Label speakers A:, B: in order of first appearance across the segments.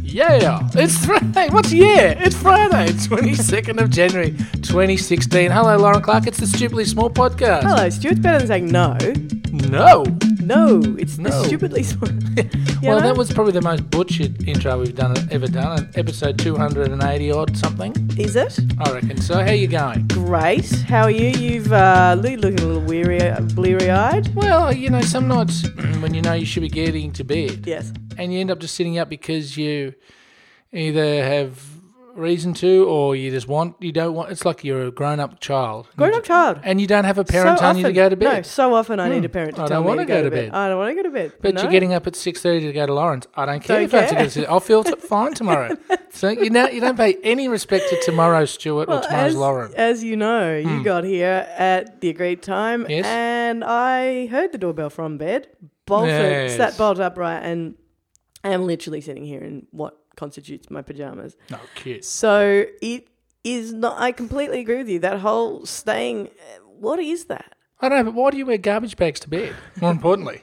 A: Yeah, it's Friday. What's yeah? It's Friday, 22nd of January, 2016. Hello, Lauren Clark. It's the Stupidly Small Podcast.
B: Hello, Stuart's better than saying no.
A: No.
B: No, it's
A: No.
B: the stupidly small.
A: Well, that was probably the most butchered intro we've done ever done. at Episode 280 odd something,
B: Is it?
A: I reckon. So, how you going?
B: Great. How are you? You've uh, you looking a little weary, bleary eyed.
A: Well, you know, some nights when you know you should be getting to bed
B: Yes.
A: and you end up just sitting up because you either have reason to or you just want, you don't want, it's like you're a grown up child.
B: Grown up child.
A: And you don't have a parent
B: so
A: telling
B: often,
A: you to go to bed.
B: No, so often I need a parent to
A: Hmm. I
B: tell
A: don't
B: me
A: wanna
B: to go,
A: go to
B: to bed.
A: bed.
B: I don't want to go to bed.
A: But
B: no.
A: you're getting up at six thirty to go to Lawrence. I don't care
B: Don't
A: if I have to go
B: care.
A: to. sleep. I'll feel t- fine tomorrow. so you know you don't pay any respect to tomorrow's Stuart or
B: Well,
A: tomorrow's
B: as,
A: Lauren. Hmm.
B: as you know, you got here at the agreed time,
A: Yes.
B: and I heard the doorbell from bed, bolted,
A: Yes.
B: sat bolt upright, and I am literally sitting here in what constitutes my pajamas.
A: No kiss.
B: So it is not. I completely agree with you. That whole staying. What is that?
A: I don't know. But why do you wear garbage bags to bed? More importantly,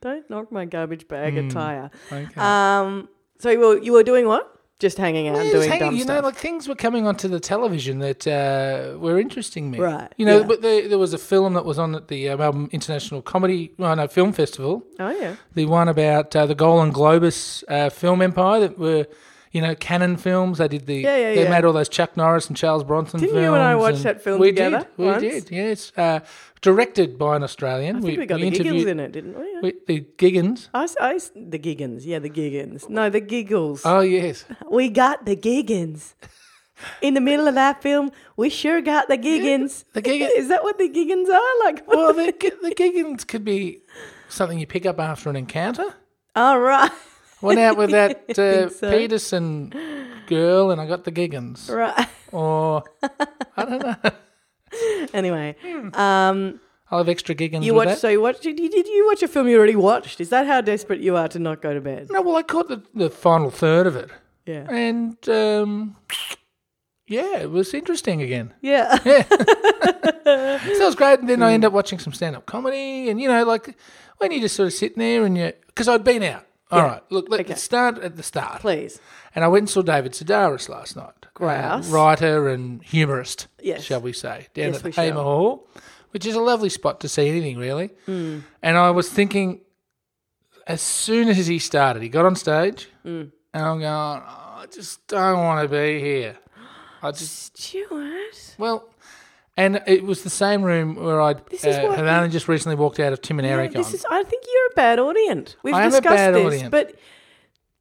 B: Don't knock my garbage bag
A: Hmm.
B: attire.
A: okay.
B: Um. So you were you were doing what? Just hanging out and
A: It's
B: doing
A: hanging-
B: dumb
A: you
B: stuff.
A: know, like things were coming onto the television that uh, were interesting me.
B: Right,
A: You know,
B: yeah.
A: but there, there was a film that was on at the uh, Melbourne International Comedy, well, no, Film Festival.
B: oh yeah.
A: the one about uh, the Golan Globus uh, film empire that were, you know, Canon films. They did the
B: Yeah, yeah,
A: they
B: yeah.
A: made all those Chuck Norris and Charles Bronson
B: Didn't
A: films.
B: you and I watch
A: and-
B: that film
A: we
B: together
A: Did, we
B: once?
A: did, yes. Uh, directed by an Australian.
B: I think we, got the giggles in it, didn't we? Yeah.
A: we- the Giggins.
B: I s- I s- the giggins, yeah, the giggins. No, the giggles.
A: Oh yes,
B: we got the giggins. In the middle of that film, we sure got the giggins.
A: the Giggins.
B: Is that what the giggins are like? what
A: well,
B: the-
A: the, Gi- the Giggins could be something you pick up after an encounter.
B: all right,
A: Went out with that uh,
B: think so.
A: Peterson girl, and I got the Giggins.
B: right.
A: Or
B: anyway,
A: Hmm.
B: um,
A: I'll have extra Giggins.
B: you
A: with
B: watched.
A: that.
B: So you watched. Did you, did you watch a film you already watched? Is that how desperate you are to not go to bed?
A: No, well, I caught the, the final third of it.
B: Yeah.
A: and um, yeah, it was interesting again.
B: Yeah.
A: So it was great. And then I end up watching some stand up comedy, and you know, like when you just sort of sitting there and you, because I'd been out. All right, look, let's
B: Okay.
A: start at the start.
B: Please.
A: And I went and saw David Sedaris last night.
B: Grouse.
A: Uh, writer and humorist,
B: Yes.
A: shall we say, down
B: Yes,
A: at
B: we
A: the Hamer
B: shall.
A: Hall, which is a lovely spot to see anything really.
B: Hmm.
A: And I was thinking, as soon as he started, he got on stage,
B: Hmm.
A: and I'm going, "Oh, I just don't want to be here. I just
B: Stuart.
A: well. And it was the same room where I'd
B: This is
A: uh,
B: what
A: had
B: you-
A: only just recently walked out of Tim and Eric
B: this
A: on.
B: is. I think you're a bad audience. We've
A: I am a
B: discussed
A: bad
B: this,
A: audience.
B: but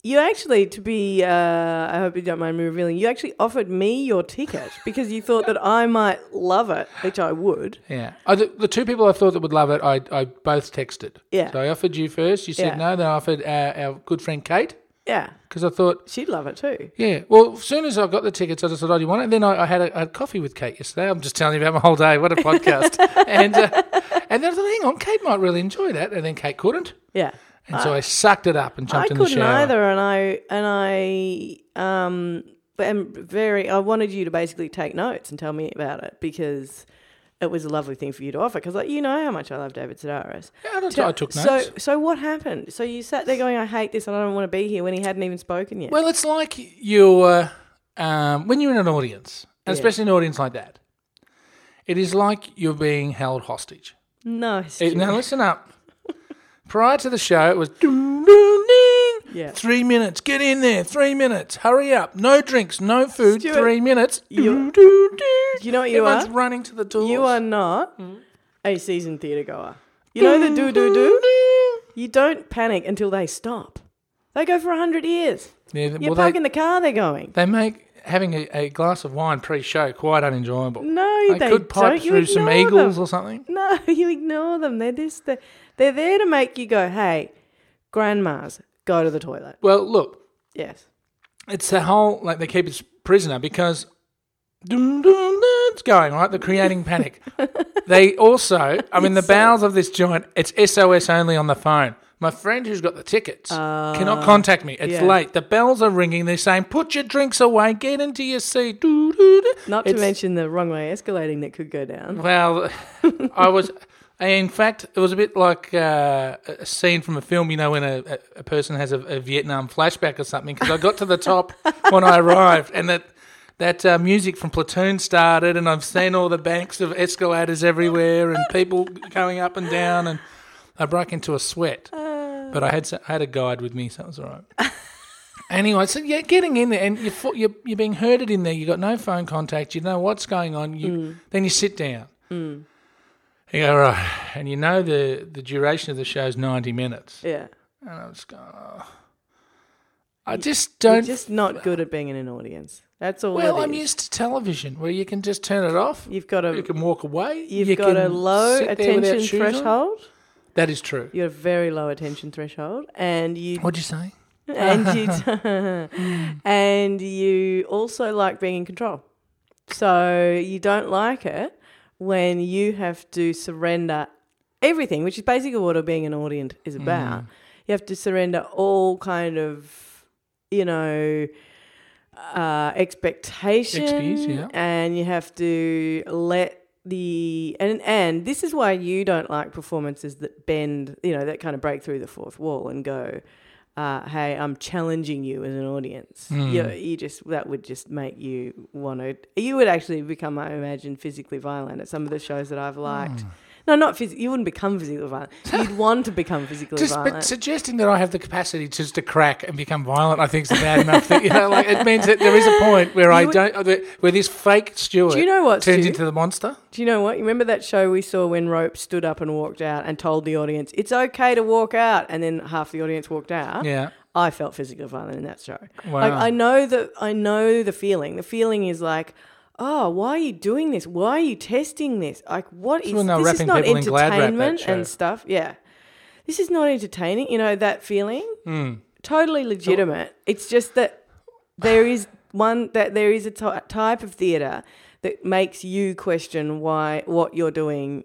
B: you actually, to be, uh, I hope you don't mind me revealing, you actually offered me your ticket because you thought that I might love it, which I would.
A: Yeah. I, the, the two people I thought that would love it, I, I both texted.
B: Yeah.
A: So I offered you first. You said
B: Yeah.
A: no. Then I offered our, our good friend Kate
B: Yeah,
A: because I thought,
B: she'd love it too.
A: yeah. Well, as soon as I got the tickets, I just thought, oh, do you want it? And then I, I had a, a coffee with Kate yesterday. I'm just telling you about my whole day. What a podcast. and, uh, and then I thought, hang on, Kate might really enjoy that. And then Kate couldn't.
B: Yeah,
A: And so I sucked it up and
B: I
A: jumped in the
B: couldn't
A: shower.
B: either, and I and I um am very. I wanted you to basically take notes and tell me about it because. It was a lovely thing for you to offer because, like, you know how much I love David Sedaris.
A: Yeah, I, don't- I took notes.
B: So, so what happened? So you sat there going, "I hate this, and I don't want to be here," when he hadn't even spoken yet.
A: Well, it's like you're um, when you're in an audience, and especially an audience like that. It is like you're being held hostage.
B: no,
A: It-
B: Stuart.
A: now listen up. Prior to the show, it was ding, ding, ding.
B: Yeah.
A: three minutes. Get in there. Three minutes. Hurry up. No drinks. No food.
B: Stuart,
A: three minutes.
B: you-
A: Ding, ding, ding.
B: you know what you
A: Everyone's
B: are?
A: running to the doors.
B: you are not
A: Hmm?
B: a seasoned theatre goer. You know the do do do. You don't panic until they stop. They go for hundred years.
A: Yeah, well,
B: You're
A: they,
B: parking the car. They're going.
A: they make having a, a glass of wine pre-show quite unenjoyable.
B: No,
A: they,
B: they
A: could pipe
B: don't. You
A: through some
B: ignore
A: eagles
B: them.
A: or something.
B: No, you ignore them. They're just they're, they're there to make you go, "Hey, grandmas, go to the toilet."
A: Well, look,
B: Yes.
A: it's the whole like they keep us prisoner because dun, dun, dun, it's going right. They're creating panic. they also, I mean, the bowels of this joint. It's SOS only on the phone. My friend who's got the tickets cannot contact me. It's
B: yeah.
A: late. The bells are ringing. They're saying, "Put your drinks away. Get into your seat." Doo, doo, doo.
B: Not to
A: It's-
B: mention the wrong way escalating that could go down.
A: Well, I was. In fact, it was a bit like uh, a scene from a film, you know, when a, a- a person has a, a Vietnam flashback or something. Because I got to the top when I arrived, and that that uh, music from Platoon started, and I've seen all the banks of escalators everywhere, and people going up and down, and I broke into a sweat. But I had s- I had a guide with me, so it was all right. Anyway, so yeah, getting in there and you're, fo- you're, you're being herded in there. You've got no phone contact. You know what's going on. You Then you sit down. You go, right. And you know the, the duration of the show's 90 minutes.
B: Yeah.
A: And I was going, oh. I just don't.
B: You're just not good at being in an audience. That's all.
A: well,
B: it
A: I'm
B: is.
A: used to television where you can just turn it off.
B: You've got
A: You
B: a
A: can walk away.
B: you've
A: you
B: got a
A: can
B: low
A: sit there without
B: attention
A: shoes on.
B: threshold.
A: That is true.
B: You got a very low attention threshold, and you
A: What'd you say?
B: and you and you also like being in control. So you don't like it when you have to surrender everything, which is basically what being an audience is about. You have to surrender all kind of, you know, uh, expectation,
A: Expertise, yeah.
B: and you have to let the and and this is why you don't like performances that bend, you know, that kind of break through the fourth wall and go, uh, "Hey, I'm challenging you as an audience."
A: Hmm.
B: You, you just that would just make you want to. You would actually become, I imagine, physically violent at some of the shows that I've liked.
A: Hmm.
B: No, not phys- You wouldn't become physically violent. You'd want to become physically
A: Just
B: violent.
A: but suggesting that I have the capacity just to crack and become violent, I think is a bad enough thing. You know, like it means that there is a point where I
B: would-
A: don't, uh, where this fake Stuart
B: Do you know what,
A: turns
B: Stu?
A: into the monster.
B: Do you know what? You remember that show we saw when Rope stood up and walked out and told the audience, it's okay to walk out. And then half the audience walked out.
A: Yeah.
B: I felt physically violent in that show.
A: Wow.
B: Like I know the I know the feeling. The feeling is like, oh, why are you doing this? Why are you testing this? Like what is
A: when they were
B: this is
A: wrapping
B: not
A: people in Glad Wrap, that
B: entertainment
A: show.
B: and stuff. Yeah. This is not entertaining. You know, that feeling?
A: Hmm.
B: Totally legitimate. It's just that there is one that there is a ty- type of theater that makes you question why what you're doing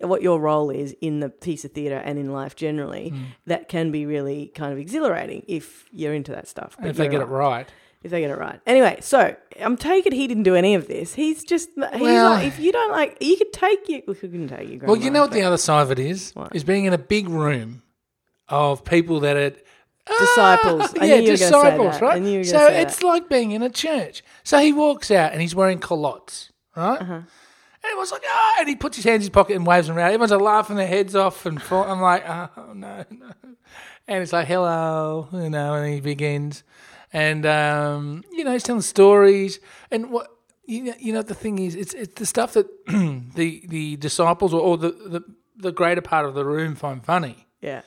B: what your role is in the piece of theatre and in life generally
A: Hmm.
B: that can be really kind of exhilarating if you're into that stuff.
A: And
B: But
A: if they
B: you're
A: get
B: not,
A: it right.
B: if they get it right. Anyway, so I'm taking he didn't do any of this. He's just he's
A: Well-
B: like, if you don't like, you could take your you couldn't take your.
A: Well, you
B: grandma,
A: know what
B: but
A: the other side of it is? is
B: What?
A: being in a big room of people that are
B: disciples. I
A: Ah, yeah,
B: knew you were gonna say
A: disciples,
B: that. I
A: right?
B: knew you were
A: so
B: gonna say
A: it's
B: that.
A: like being in a church. So he walks out and he's wearing culottes, right?
B: Uh-huh.
A: And everyone's like, ah, and he puts his hands in his pocket and waves them around. Everyone's like laughing their heads off and fall. I'm like, oh, no, no. And it's like, hello, you know, and he begins. And, um, you know, he's telling stories. And what, you know, you know the thing is, it's, it's the stuff that the, the disciples or, or the, the, the greater part of the room find funny
B: yeah,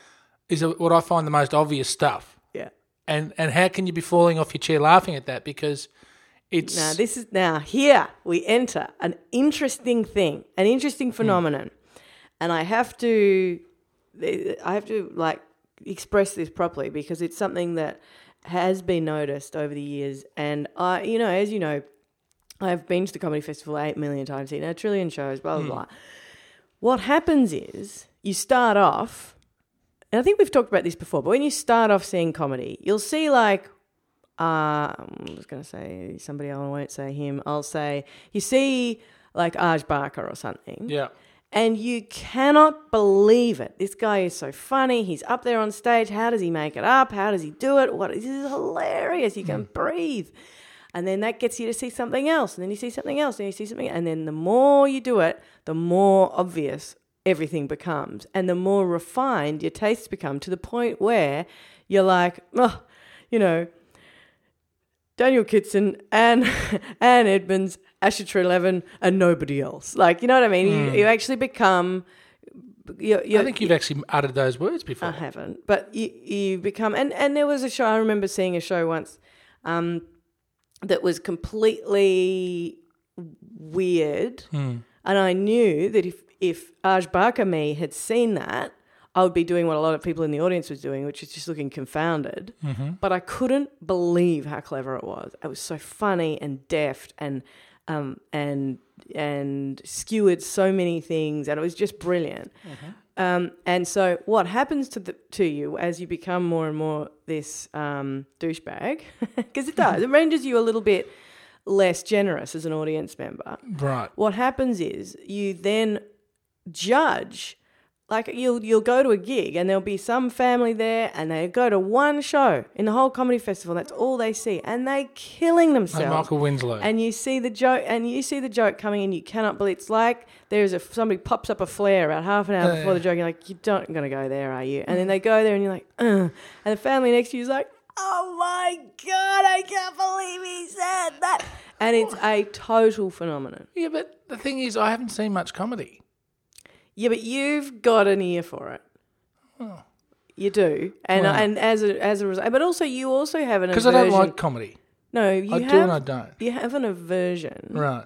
A: is what I find the most obvious stuff
B: yeah.
A: and and how can you be falling off your chair laughing at that because it's
B: Now this is now here we enter an interesting thing, an
A: Hmm.
B: interesting phenomenon, and I have to, I have to like express this properly because it's something that has been noticed over the years, and I, you know, as you know, I've been to the comedy festival eight million times, seen a trillion shows, blah blah blah. What happens is you start off. And I think we've talked about this before, but when you start off seeing comedy, you'll see like uh, I was going to say somebody, I won't say him. I'll say, you see, like Aj Barker or something,
A: yeah
B: and you cannot believe it. This guy is so funny. He's up there on stage. How does he make it up? How does he do it? What this is hilarious. You can breathe. And then that gets you to see something else, and then you see something else, and you see something, and then the more you do it, the more obvious everything becomes, and the more refined your tastes become to the point where you're like, oh, you know, Daniel Kitson and Anne Edmonds, Asher Eleven, and nobody else. Like, you know what I mean? You, you actually become. You're,
A: Hmm. i
B: you're,
A: think you've actually uttered those words before
B: I haven't, but you, you become. And, and there was a show, I remember seeing a show once um, that was completely weird.
A: Hmm,
B: And I knew that if, if Aj Barkami had seen that, I would be doing what a lot of people in the audience was doing, which is just looking confounded.
A: mm-hmm.
B: But I couldn't believe how clever it was. It was so funny and deft and um, and and skewered so many things, and it was just brilliant. Um, and so, what happens to the, to you as you become more and more this um, douchebag? Because it does. It renders you a little bit less generous as an audience member
A: right
B: what happens is you then judge. Like you'll you'll go to a gig and there'll be some family there and they go to one show in the whole comedy festival. That's all they see, and they killing themselves.
A: Like Michael Winslow.
B: And you see the joke, and you see the joke coming, and you cannot believe it's like there's a somebody pops up a flare about half an hour
A: Yeah, yeah.
B: before
A: Mm.
B: the joke. You're like, you don't gonna go there, are you? And then they go there, and you're like, Ugh. and the family next to you is like, oh my god, I can't believe he said that. And it's a total phenomenon.
A: yeah, but the thing is, I haven't seen much comedy.
B: Yeah, but you've got an ear for it.
A: Oh.
B: You do, and
A: Wow.
B: and as a as a result, but also you also have an
A: Because
B: aversion.
A: I don't like comedy.
B: no, you
A: I
B: have
A: do and I don't.
B: you have an aversion
A: Right.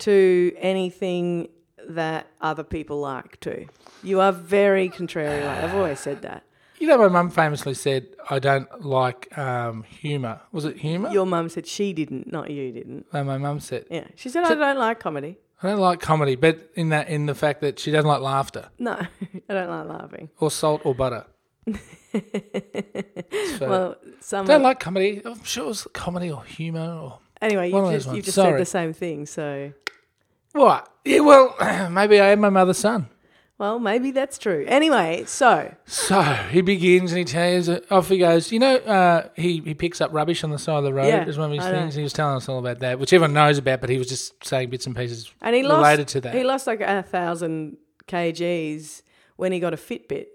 B: to anything that other people like to. You are very contrary. Like I've always said that.
A: You know, my mum famously said, I don't like um, humour. Was it humour?
B: Your mum said she didn't, not you didn't.
A: No, my mum said,
B: Yeah, she said I don't like comedy.
A: I don't like comedy, but in that, in the fact that she doesn't like laughter
B: No, I don't like laughing.
A: or salt or butter. so,
B: Well, some
A: I don't like comedy. I'm sure it was comedy or humour or
B: anyway.
A: one
B: You
A: of those
B: just, you
A: ones.
B: just
A: Sorry.
B: said the same thing. So
A: what? Yeah, well, maybe I am my mother's son.
B: well, maybe that's true. Anyway, so
A: So he begins and he tells off he goes. You know, uh, he he picks up rubbish on the side of the road.
B: Yeah,
A: is one of his
B: I know.
A: things. He was telling us all about that, which everyone knows about, but he was just saying bits and pieces
B: and he lost
A: related to that.
B: He lost like a thousand kgs when he got a Fitbit.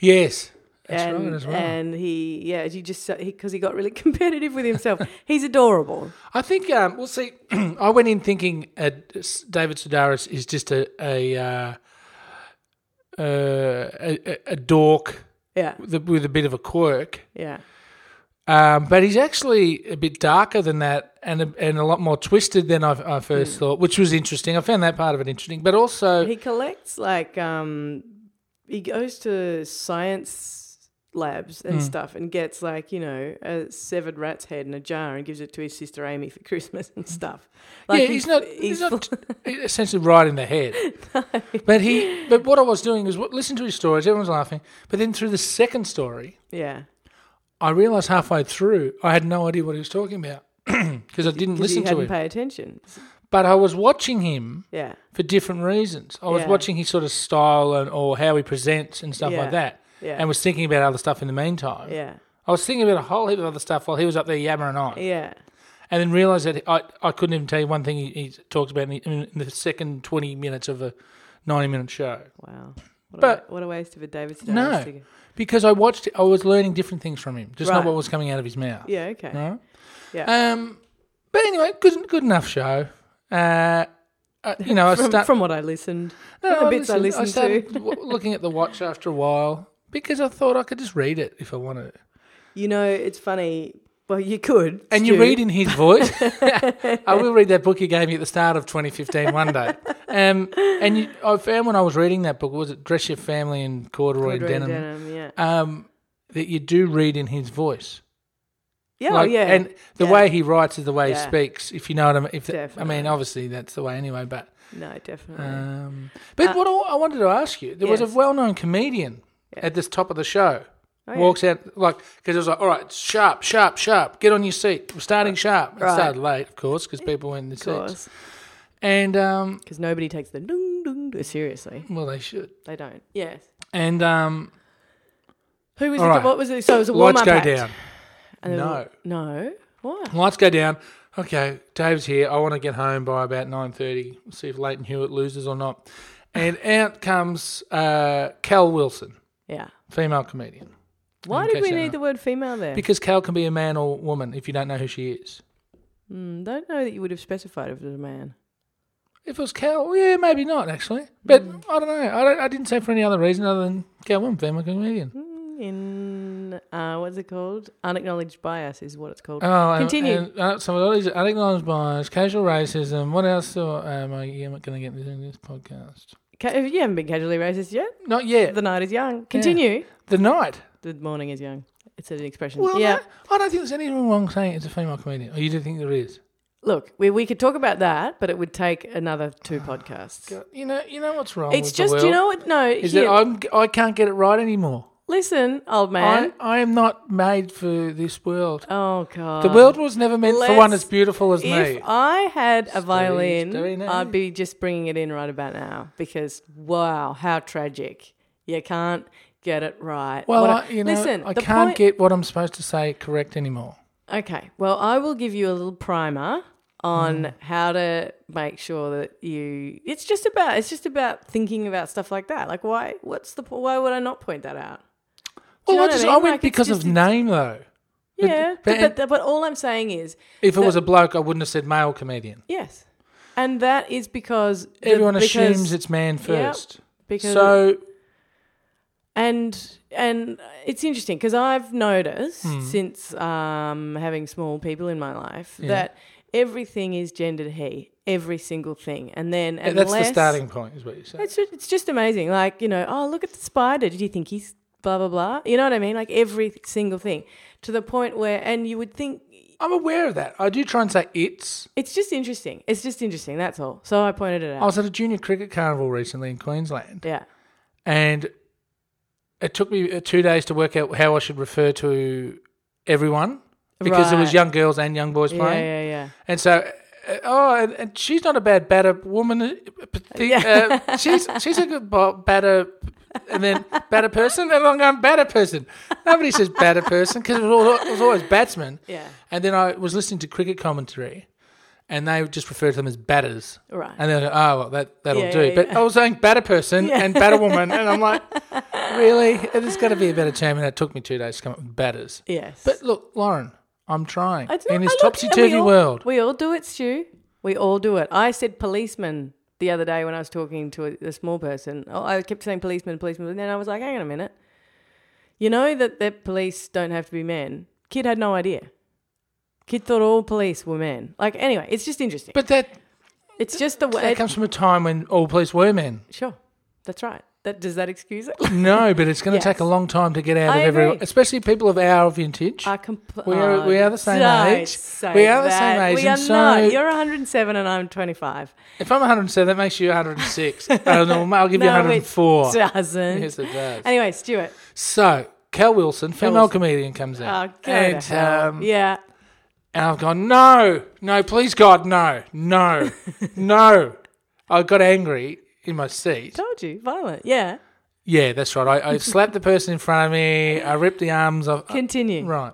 A: yes, that's
B: and,
A: right as well.
B: and he, yeah, he just because he got really competitive with himself. He's adorable.
A: I think um, we'll see. I went in thinking uh, S- David Sedaris is just a a, uh, uh, a a- a dork
B: Yeah,
A: with a, with a bit of a quirk,
B: yeah.
A: um, but he's actually a bit darker than that, and a, and a lot more twisted than I, I first thought, which was interesting. I found that part of it interesting, but also
B: Hmm. He collects like um, he goes to science labs
A: Hmm.
B: and stuff and gets like you know a severed rat's head in a jar and gives it to his sister Amy for Christmas and stuff. Like
A: yeah, he's, not he's, not essentially right in the head. But he but what I was doing was w- listen to his stories. Everyone's laughing, but then through the second story.
B: yeah.
A: I realised halfway through I had no idea what he was talking about because I didn't
B: 'Cause
A: listen
B: you
A: to
B: hadn't
A: him.
B: pay attention.
A: But I was watching him
B: Yeah,
A: for different reasons. I was
B: Yeah.
A: watching his sort of style and or how he presents and stuff
B: Yeah.
A: like that,
B: Yeah.
A: and was thinking about other stuff in the meantime.
B: yeah,
A: I was thinking about a whole heap of other stuff while he was up there yammering on,
B: yeah.
A: and then realised that I I couldn't even tell you one thing he, he talked about in the, in the second twenty minutes of a ninety minute show.
B: Wow. What,
A: But-
B: a, what a waste of a David Sedaris.
A: No.
B: to-
A: Because I watched, it, I was learning different things from him, just not
B: Right.
A: what was coming out of his mouth.
B: Yeah. Okay.
A: Right.
B: Yeah.
A: Um, but anyway, good good enough show. Uh, uh, you know, I
B: from,
A: start
B: from what I listened,
A: no,
B: from the bits I listened to.
A: started w- looking at the watch after a while because I thought I could just read it if I wanted.
B: you know, it's funny. Well, you could.
A: And you
B: Stu.
A: read in his voice. I will read that book you gave me at the start of 2015 one day. Um, and you, I found when I was reading that book, was it Dress Your Family in Corduroy, and
B: Corduroy and
A: Denim?
B: denim. Yeah.
A: Um, that you do read in his voice.
B: Yeah, oh,
A: Like,
B: yeah.
A: And the
B: Yeah.
A: way he writes is the way he
B: Yeah.
A: speaks. If you know what I mean. If the, I
B: Definitely.
A: mean, obviously that's the way anyway. But
B: no, definitely.
A: um, but what I, I wanted to ask you, there was
B: Uh, Yes.
A: a well-known comedian at this top of the show.
B: Oh,
A: walks out like because it was like, all right, sharp, sharp, sharp. Get on your seat. We're starting sharp. It
B: Right.
A: started late, of course, because people went in the
B: of
A: seats.
B: course,
A: And um,
B: because nobody takes the ding ding ding seriously.
A: well, they should.
B: They don't. Yes.
A: And um,
B: Who was
A: All
B: it?
A: right.
B: What was it? So it was a warm
A: lights
B: up
A: go
B: act.
A: down.
B: And then-
A: No.
B: No. Why?
A: Lights go down. Okay, Dave's here. I want to get home by about nine thirty. We'll see if Leighton Hewitt loses or not. And out comes uh, Cal Wilson,
B: Yeah.
A: female comedian,
B: Why
A: In
B: did
A: case
B: we
A: you don't
B: need the word female there?
A: because Cal can be a man or woman if you don't know who she is.
B: mm, don't know that you would have specified if it was a man.
A: If it was Cal, yeah, maybe not actually. But I don't know. I, don't, I didn't say for any other reason other than Cal Wilson, female comedian.
B: Mm, In uh, what's it called? Unacknowledged bias is what it's called.
A: Oh, and-
B: Continue.
A: And, uh, so with all these unacknowledged bias, casual racism. What else uh, am I going to get in this podcast?
B: Ca- you haven't been casually racist yet.
A: Not yet.
B: The night is young. Continue.
A: the night.
B: The morning is young. It's an expression.
A: Well,
B: yeah.
A: no, I don't think there's anything wrong saying it's a female comedian. Or you do think there is?
B: Look, we, we could talk about that, but it would take another two podcasts.
A: You know, you know what's wrong.
B: It's
A: with
B: just
A: the world?
B: you know what? No,
A: is
B: here-
A: that I'm I can't get it right anymore.
B: Listen, old man.
A: I, I am not made for this world.
B: oh God.
A: The world was never meant for one
B: Let's-
A: as beautiful as me.
B: If I had a
A: Steady
B: violin,
A: now.
B: I'd be just bringing it in right about now because wow, how tragic! You can't get it right.
A: well,
B: What a-
A: I, you know,
B: listen,
A: I
B: the
A: can't
B: point-
A: get what I'm supposed to say correct anymore.
B: Okay, well, I will give you a little primer on
A: Mm.
B: how to make sure that you. It's just about it's just about thinking about stuff like that. Like, why? What's the? po- Why would I not point that out?
A: Well,
B: Do you
A: I
B: know what I
A: just I,
B: mean?
A: went
B: Like, it's
A: because
B: just-
A: of name though. But-
B: Yeah,
A: but-
B: but, but, but all I'm saying is
A: If it was a bloke, I wouldn't have said male comedian.
B: yes, and that is because the-
A: Everyone
B: because-
A: assumes it's man
B: Yep,
A: first.
B: because
A: so
B: and and it's interesting because I've noticed
A: Hmm.
B: since um, having small people in my life that everything is gendered he, every single thing, and then
A: yeah,
B: unless,
A: that's the starting point, is what you say.
B: It's just, it's just amazing. Like you know, oh look at the spider. Did you think he's blah blah blah? You know what I mean? Like every single thing to the point where, and you would think
A: I'm aware of that. I do try and say it's.
B: it's just interesting. It's just interesting. That's all. So I pointed it out.
A: I was at a junior cricket carnival recently in Queensland,
B: yeah.
A: and it took me uh, two days to work out how I should refer to everyone because there was
B: Right.
A: young girls and young boys
B: yeah,
A: playing.
B: yeah, yeah.
A: And so, uh, oh, and, and she's not a bad batter woman. uh, but the-
B: Yeah.
A: uh, she's she's a good bo- batter, and then batter person, and I'm going batter person. Nobody says batter person because it, was al- it was always batsman.
B: Yeah.
A: And then I was listening to cricket commentary, and they would just refer to them as batters.
B: Right.
A: And they're like, oh, well, that, that'll
B: Yeah,
A: do.
B: yeah,
A: but
B: yeah.
A: I was saying batter person and batter woman, and I'm like, really? There's got to be a better term, and it took me two days to come up with batters.
B: Yes.
A: But look, Lauren, I'm trying.
B: It's
A: In
B: not-
A: this
B: I look-
A: topsy
B: and
A: turvy
B: we all-
A: world.
B: We all do it, Stu. We all do it. I said policeman the other day when I was talking to a, a small person. Oh, I kept saying policeman, policeman, and then I was like, hang on a minute. You know that the police don't have to be men. Kid had no idea. Kid thought all police were men. Like anyway, it's just interesting.
A: But that,
B: it's just the way.
A: that comes from a time when all police were men.
B: sure, that's right. That does that excuse it?
A: No, but it's going to
B: Yes.
A: take a long time to get out
B: I
A: of
B: agree.
A: everyone, especially people of our vintage.
B: I compl-
A: We are- we are the same
B: don't
A: age.
B: say
A: We are the same
B: that.
A: age,
B: We
A: and
B: are
A: so-
B: not. You're 107 and I'm 25.
A: if I'm 107, that makes you 106. oh, no, I'll give you
B: No, it
A: 104.
B: Doesn't.
A: Yes, it does.
B: Anyway, Stuart.
A: So, Cal Wilson, female
B: Wilson.
A: comedian, comes
B: Oh,
A: out.
B: go
A: and,
B: to hell.
A: um,
B: yeah.
A: and I've gone, no, no, please God, no, no, no. I got angry in my seat.
B: Told you. Violent. Yeah.
A: Yeah, that's right. I, I slapped the person in front of me. I ripped the arms off.
B: Continue.
A: Uh, Right.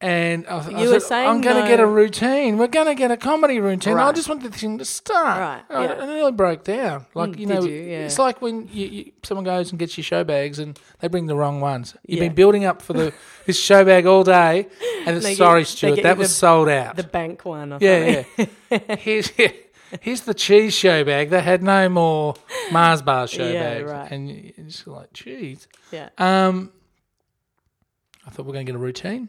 A: And I, I
B: You were
A: said,
B: saying
A: I'm going to
B: no.
A: get a routine. We're going to get a comedy routine. I
B: Right.
A: just want the thing to start.
B: Right,
A: And I,
B: yeah. Mm,
A: I nearly broke down. Like, you
B: did
A: know,
B: you? Yeah.
A: it's like when you, you, someone goes and gets your show bags and they bring the wrong ones. You've
B: Yeah.
A: been building up for the this show bag all day. And it's,
B: They get-
A: sorry,
B: they
A: Stuart,
B: get
A: that
B: you
A: was
B: the-
A: sold out.
B: The bank one. Or
A: yeah, yeah. here's, here's the cheese show bag. They had no more Mars bar show
B: Yeah,
A: bags.
B: right.
A: And you- you're just like, cheese.
B: yeah.
A: Um, I thought we are going to get a routine.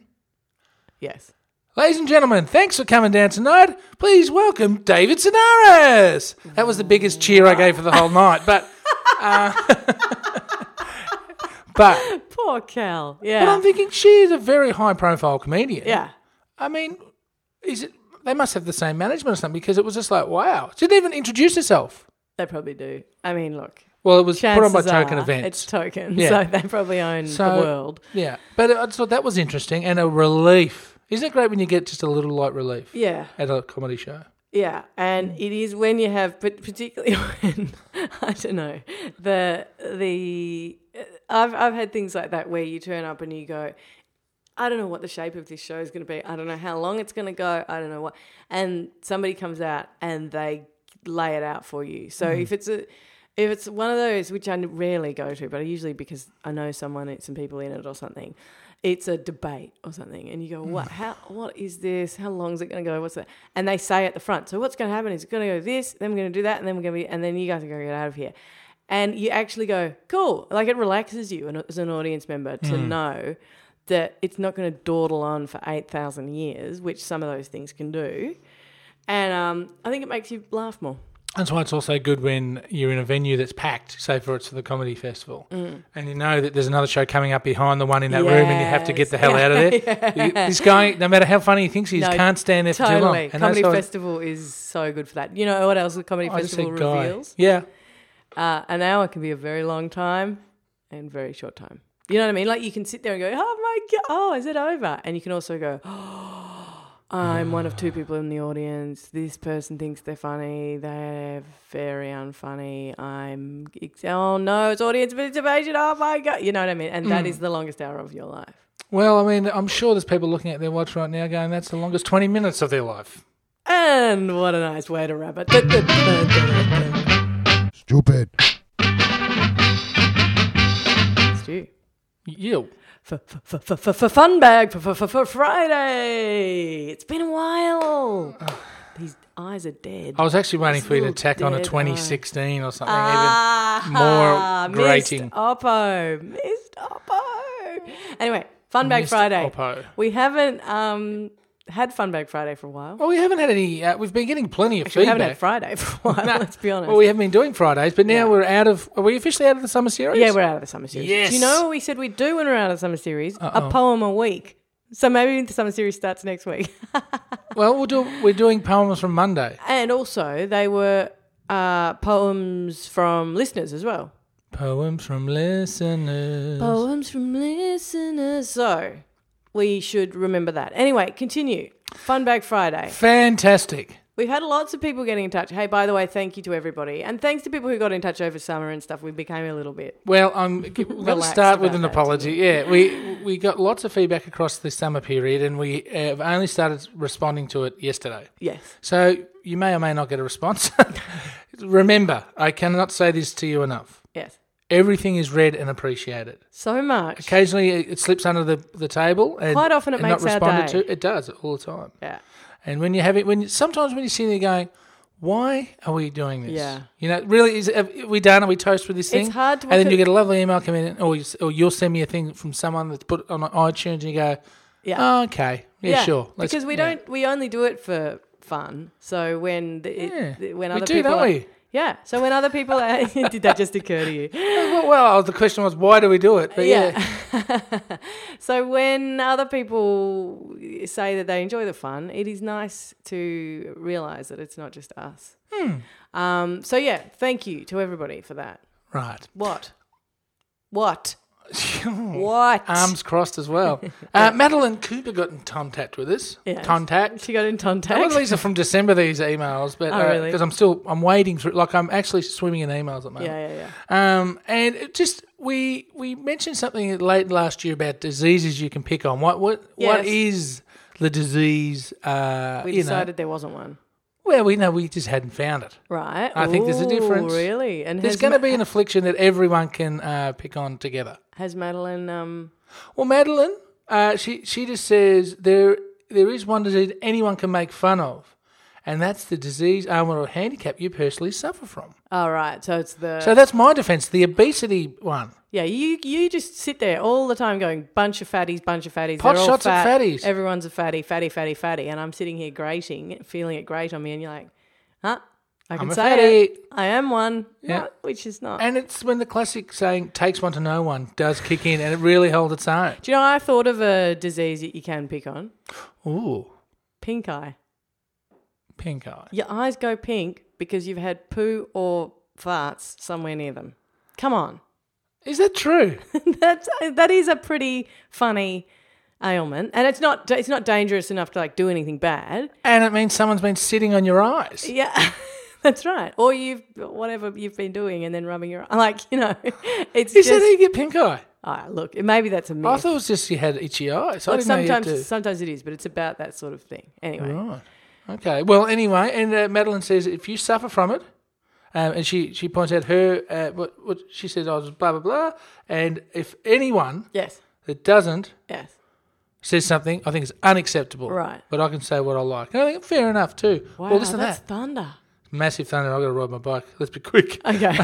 B: Yes.
A: Ladies and gentlemen, thanks for coming down tonight. Please welcome David Sedaris. That was the biggest cheer I gave for the whole night, but uh, but
B: Poor Cal.
A: but I'm
B: Yeah.
A: thinking she's a very high profile comedian.
B: Yeah.
A: I mean, is it? They must have the same management or something because it was just like wow. She didn't even introduce herself.
B: They probably do. I mean, look.
A: Well, it was put on by
B: Chances
A: Token
B: are
A: Events.
B: It's token.
A: Yeah.
B: So they probably own
A: So-
B: the world.
A: yeah, but I just thought that was interesting and a relief. Isn't it great when you get just a little light relief?
B: Yeah.
A: at a comedy show.
B: Yeah, and it is when you have, but particularly when I don't know the the I've I've had things like that where you turn up and you go, I don't know what the shape of this show is going to be. I don't know how long it's going to go. I don't know what, and somebody comes out and they lay it out for you. So if it's a if it's one of those which I rarely go to, but I usually because I know someone, some people in it or something. It's a debate or something, and you go, "What? How? What is this? How long is it going to go? What's that?" And they say at the front, "So what's going to happen is going to go this, then we're going to do that, and then we're going to be, and then you guys are going to get out of here." And you actually go, "Cool!" Like it relaxes you and- as an audience member to know that it's not going to dawdle on for eight thousand years, which some of those things can do. And um, I think it makes you laugh more.
A: That's why it's also good when you're in a venue that's packed, say for it's the comedy festival,
B: Mm.
A: and you know that there's another show coming up behind the one in that room, and you have to get the hell out of there. You- This guy, no matter how funny he thinks he is,
B: No,
A: can't stand there for too long.
B: Totally,
A: And
B: comedy
A: that's why
B: festival is so good for that. You know what else the comedy
A: I just
B: festival
A: said guy.
B: reveals?
A: Yeah,
B: Uh, an hour can be a very long time, in very short time. You know what I mean? Like you can sit there and go, "Oh my god, oh, is it over?" And you can also go, "Oh, I'm one of two people in the audience. This person thinks they're funny. They're very unfunny. I'm oh no, it's audience participation. Oh my god, you know what I mean? And that is the longest hour of your life.
A: Well, I mean, I'm sure there's people looking at their watch right now going, that's the longest 20 minutes of their life.
B: And what a nice way to wrap it.
C: Stupid.
B: Stu.
A: You.
B: Fun bag for Friday. It's been a while. These eyes are dead.
A: I was actually waiting for you to
B: Little
A: tack on a
B: dead eye.
A: 2016 or something,
B: Ah,
A: more grating.
B: Missed Oppo. Missed Oppo. Anyway, Fun Bag
A: Missed
B: Friday.
A: Oppo.
B: We haven't um, had Fun Bag Friday for a while.
A: even. Well, we haven't had any, uh, we've been getting plenty of
B: we
A: feedback.
B: haven't had Friday for a while,
A: No.
B: let's be honest.
A: Well, we haven't been doing Fridays, but now
B: Yeah.
A: we're out of, are we officially out of the summer series?
B: yeah, we're out of the summer series.
A: Yes.
B: Do you know what we said we'd do when we're out of the summer series?
A: Uh-oh.
B: A poem a week. So maybe the summer series starts next week.
A: Well, we'll do, we're doing poems from Monday.
B: And also, they were uh, poems from listeners as well.
A: Poems from listeners.
B: Poems from listeners. So we should remember that. Anyway, continue. Fun Bag Friday.
A: Fantastic.
B: We've had lots of people getting in touch. Hey, by the way, thank you to everybody. And thanks to people who got in touch over summer and stuff. We became a little bit.
A: Well, I'm going to
B: Relaxed
A: start with
B: about
A: an
B: that,
A: apology. Yeah, we we got lots of feedback across the summer period, and we have only started responding to it yesterday.
B: Yes.
A: So you may or may not get a response. Remember, I cannot say this to you enough.
B: Yes.
A: Everything is read and appreciated.
B: So much.
A: Occasionally, it it slips under the, the table. And,
B: Quite often it
A: and
B: makes
A: not
B: our
A: responded
B: day.
A: to. It does all the time.
B: Yeah.
A: And when you have it, when you, sometimes when you see there going, why are we doing this?
B: Yeah.
A: you know, really is have we done? Are we toast with this thing?
B: hard to
A: and then
B: look
A: you get
B: at-
A: a lovely email come in, or you, s- or you'll send me a thing from someone that's put on iTunes, and you go,
B: Yeah.
A: oh, okay, yeah, sure, Let's-
B: because we
A: yeah.
B: don't. We only do it for fun. So when the, it,
A: Yeah.
B: the- when
A: We
B: other
A: do,
B: people
A: don't
B: are-
A: we?
B: Yeah. So when other people are, did that just occur to you?
A: Well, well, the question was why do we do it? But yeah,
B: yeah. so when other people say that they enjoy the fun, it is nice to realize that it's not just us.
A: Hmm.
B: Um, so yeah, thank you to everybody for that.
A: right.
B: What? What?
A: Oh,
B: What?
A: Arms crossed as well. Uh, Madeline Cooper got in contact with us.
B: Yes.
A: Contact.
B: she got in
A: A lot of
B: contact.
A: these are from December. These emails, but
B: Oh,
A: because
B: really?
A: I'm still I'm wading through. Like I'm actually swimming in emails at the moment.
B: Yeah, yeah, yeah.
A: Um, and it just we we mentioned something late last year about diseases you can pick on. What what what
B: Yes.
A: is the disease? Uh,
B: We
A: you
B: decided
A: know,
B: there wasn't one.
A: well, we know we just hadn't found it.
B: Right.
A: I think there's a
B: Ooh,
A: difference.
B: Really? And
A: There's
B: has,
A: going to
B: Ma-
A: be an affliction that everyone can uh, pick on together.
B: has Madeline um
A: Well, Madeline, uh, she she just says there there is one disease anyone can make fun of, and that's the disease, ailment, or handicap you personally suffer from.
B: all right, so it's the
A: So that's my defence. The obesity one.
B: Yeah, you you just sit there all the time going bunch of fatties, bunch of fatties.
A: Pot
B: they're all
A: shots at
B: fat,
A: fatties."
B: Everyone's a fatty, fatty, fatty, fatty, and I'm sitting here grating, feeling it grate on me, and you're like, huh? I can
A: a
B: say
A: fatty.
B: it. I am one.
A: Yeah.
B: No, which is not.
A: And it's when the classic saying takes one to know one does kick in and it really held its own.
B: Do you know I thought of a disease that you can pick on?
A: Ooh,
B: Pink eye.
A: pink eye.
B: Your eyes go pink because you've had poo or farts somewhere near them. Come on,
A: Is that true?
B: that's that is a pretty funny ailment, and it's not it's not dangerous enough to like do anything bad.
A: and it means someone's been sitting on your eyes.
B: Yeah, that's right. Or you've whatever you've been doing and then rubbing your like you know, it's
A: Is that how
B: just
A: you get pink eye?
B: Ah, look. Maybe that's a myth.
A: I thought it was just you had itchy eyes. I
B: Like,
A: didn't
B: sometimes
A: know you had to-
B: sometimes it is, but it's about that sort of thing. Anyway,
A: Right. Okay. Well, anyway, and uh, Madeline says if you suffer from it, um, and she, she points out her, uh, what, what she says, I was blah, blah, blah. And if anyone
B: yes,
A: that doesn't
B: yes,
A: says something, I think it's unacceptable.
B: Right.
A: But I can say what I like. And I think fair enough, too.
B: wow,
A: well, listen to
B: that's
A: that.
B: thunder.
A: Massive thunder. I've got to ride my bike. Let's be quick.
B: Okay,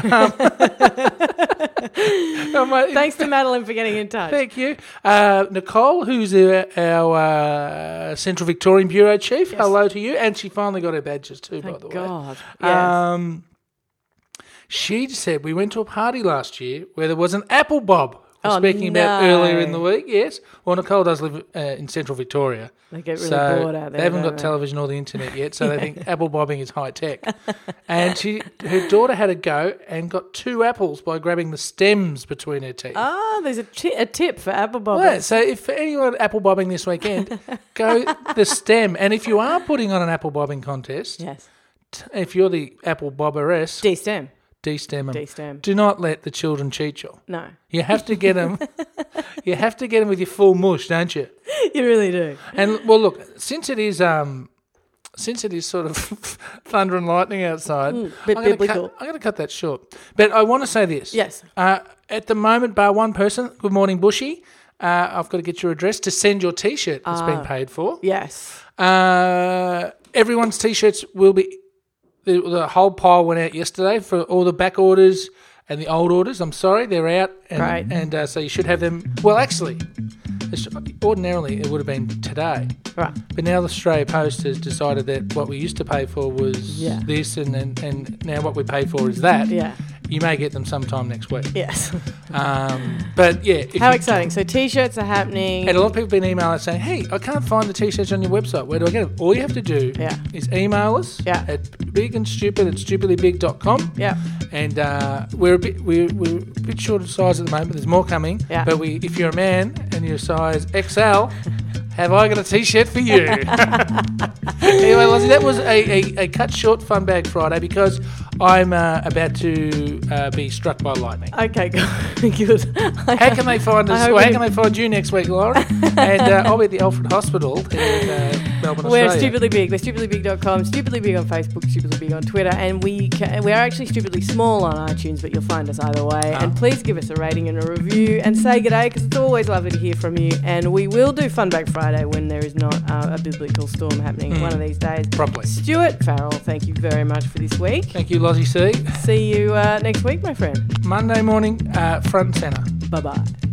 A: Oh, mate,
B: thanks to Madeline for getting in touch.
A: Thank you. Uh, Nicole, who's our, our uh, Central Victorian Bureau Chief, hello to you. And she finally got her badges too, by the way.
B: God, yes.
A: Um, she said we went to a party last year where there was an apple bob, was
B: Oh,
A: speaking about
B: no.
A: earlier in the week. Yes. Well, Nicole does live uh, in central Victoria.
B: They get really
A: so
B: bored out there.
A: they haven't
B: don't
A: got television or the internet yet, so they think apple bobbing is high tech. and she, her daughter had a go and got two apples by grabbing the stems between her teeth.
B: Ah, there's a, ti- a tip for apple bobbing.
A: Well, so if anyone apple bobbing this weekend, go the stem. And if you are putting on an apple bobbing contest,
B: Yes.
A: t- if you're the apple bobberess,
B: D stem.
A: de-stem 'em.
B: D stem.
A: Do not let the children cheat you.
B: No,
A: You have to get them. you have to get them with your full mush, don't you?
B: you really do.
A: And well, look, since it is um, since it is sort of thunder and lightning outside,
B: Mm, bit
A: I'm gonna
B: biblical.
A: Cut, I'm going to cut that short. But I want to say this.
B: Yes.
A: Uh, at the moment, bar one person, good morning, Bushy. Uh, I've got to get your address to send your T-shirt that's
B: Ah.
A: been paid for.
B: Yes.
A: Uh, everyone's T-shirts will be. The, the whole pile went out yesterday for all the back orders and the old orders. I'm sorry, they're out. And,
B: Great.
A: And uh, so you should have them. Well, actually, it's- ordinarily it would have been today.
B: Right.
A: But now the Australia Post has decided that what we used to pay for was
B: Yeah.
A: this, and, and, and now what we pay for is that.
B: Yeah.
A: You may get them sometime next week.
B: Yes.
A: Um, but yeah, if
B: How
A: you-
B: exciting. So t shirts are happening.
A: and a lot of people have been emailing us saying, hey, I can't find the t shirts on your website. Where do I get them? All you have to do
B: Yeah.
A: is email us
B: Yeah.
A: at big and stupid at stupidlybig.com.
B: Yeah.
A: And uh, we're, a bit, we're, we're a bit short of size at the moment. There's more coming.
B: Yeah.
A: But we, if you're a man and you're size XL, have I got a t shirt for you? anyway, Lozzie, that was a, a, a cut short Fun Bag Friday because I'm uh, about to uh, be struck by lightning.
B: Okay, good. good.
A: How can they find
B: I
A: us?
B: hope
A: Well, how
B: you-
A: can they find you next week, Laura? and uh, I'll be at the Alfred Hospital in uh, Melbourne,
B: We're
A: Australia.
B: stupidly big. We're stupidlybig.com, stupidly big on Facebook, stupidly big on Twitter, and we ca we are actually stupidly small on iTunes, but you'll find us either way.
A: Ah.
B: And please give us a rating and a review, and say g'day because it's always lovely to hear from you. And we will do Fun Back Friday when there is not uh, a biblical storm happening
A: Mm.
B: one of these days.
A: Properly.
B: Stuart Farrell, thank you very much for this week.
A: Thank you, Lozzie C.
B: See you uh, next week, my friend.
A: Monday morning, uh, front and centre.
B: Bye bye.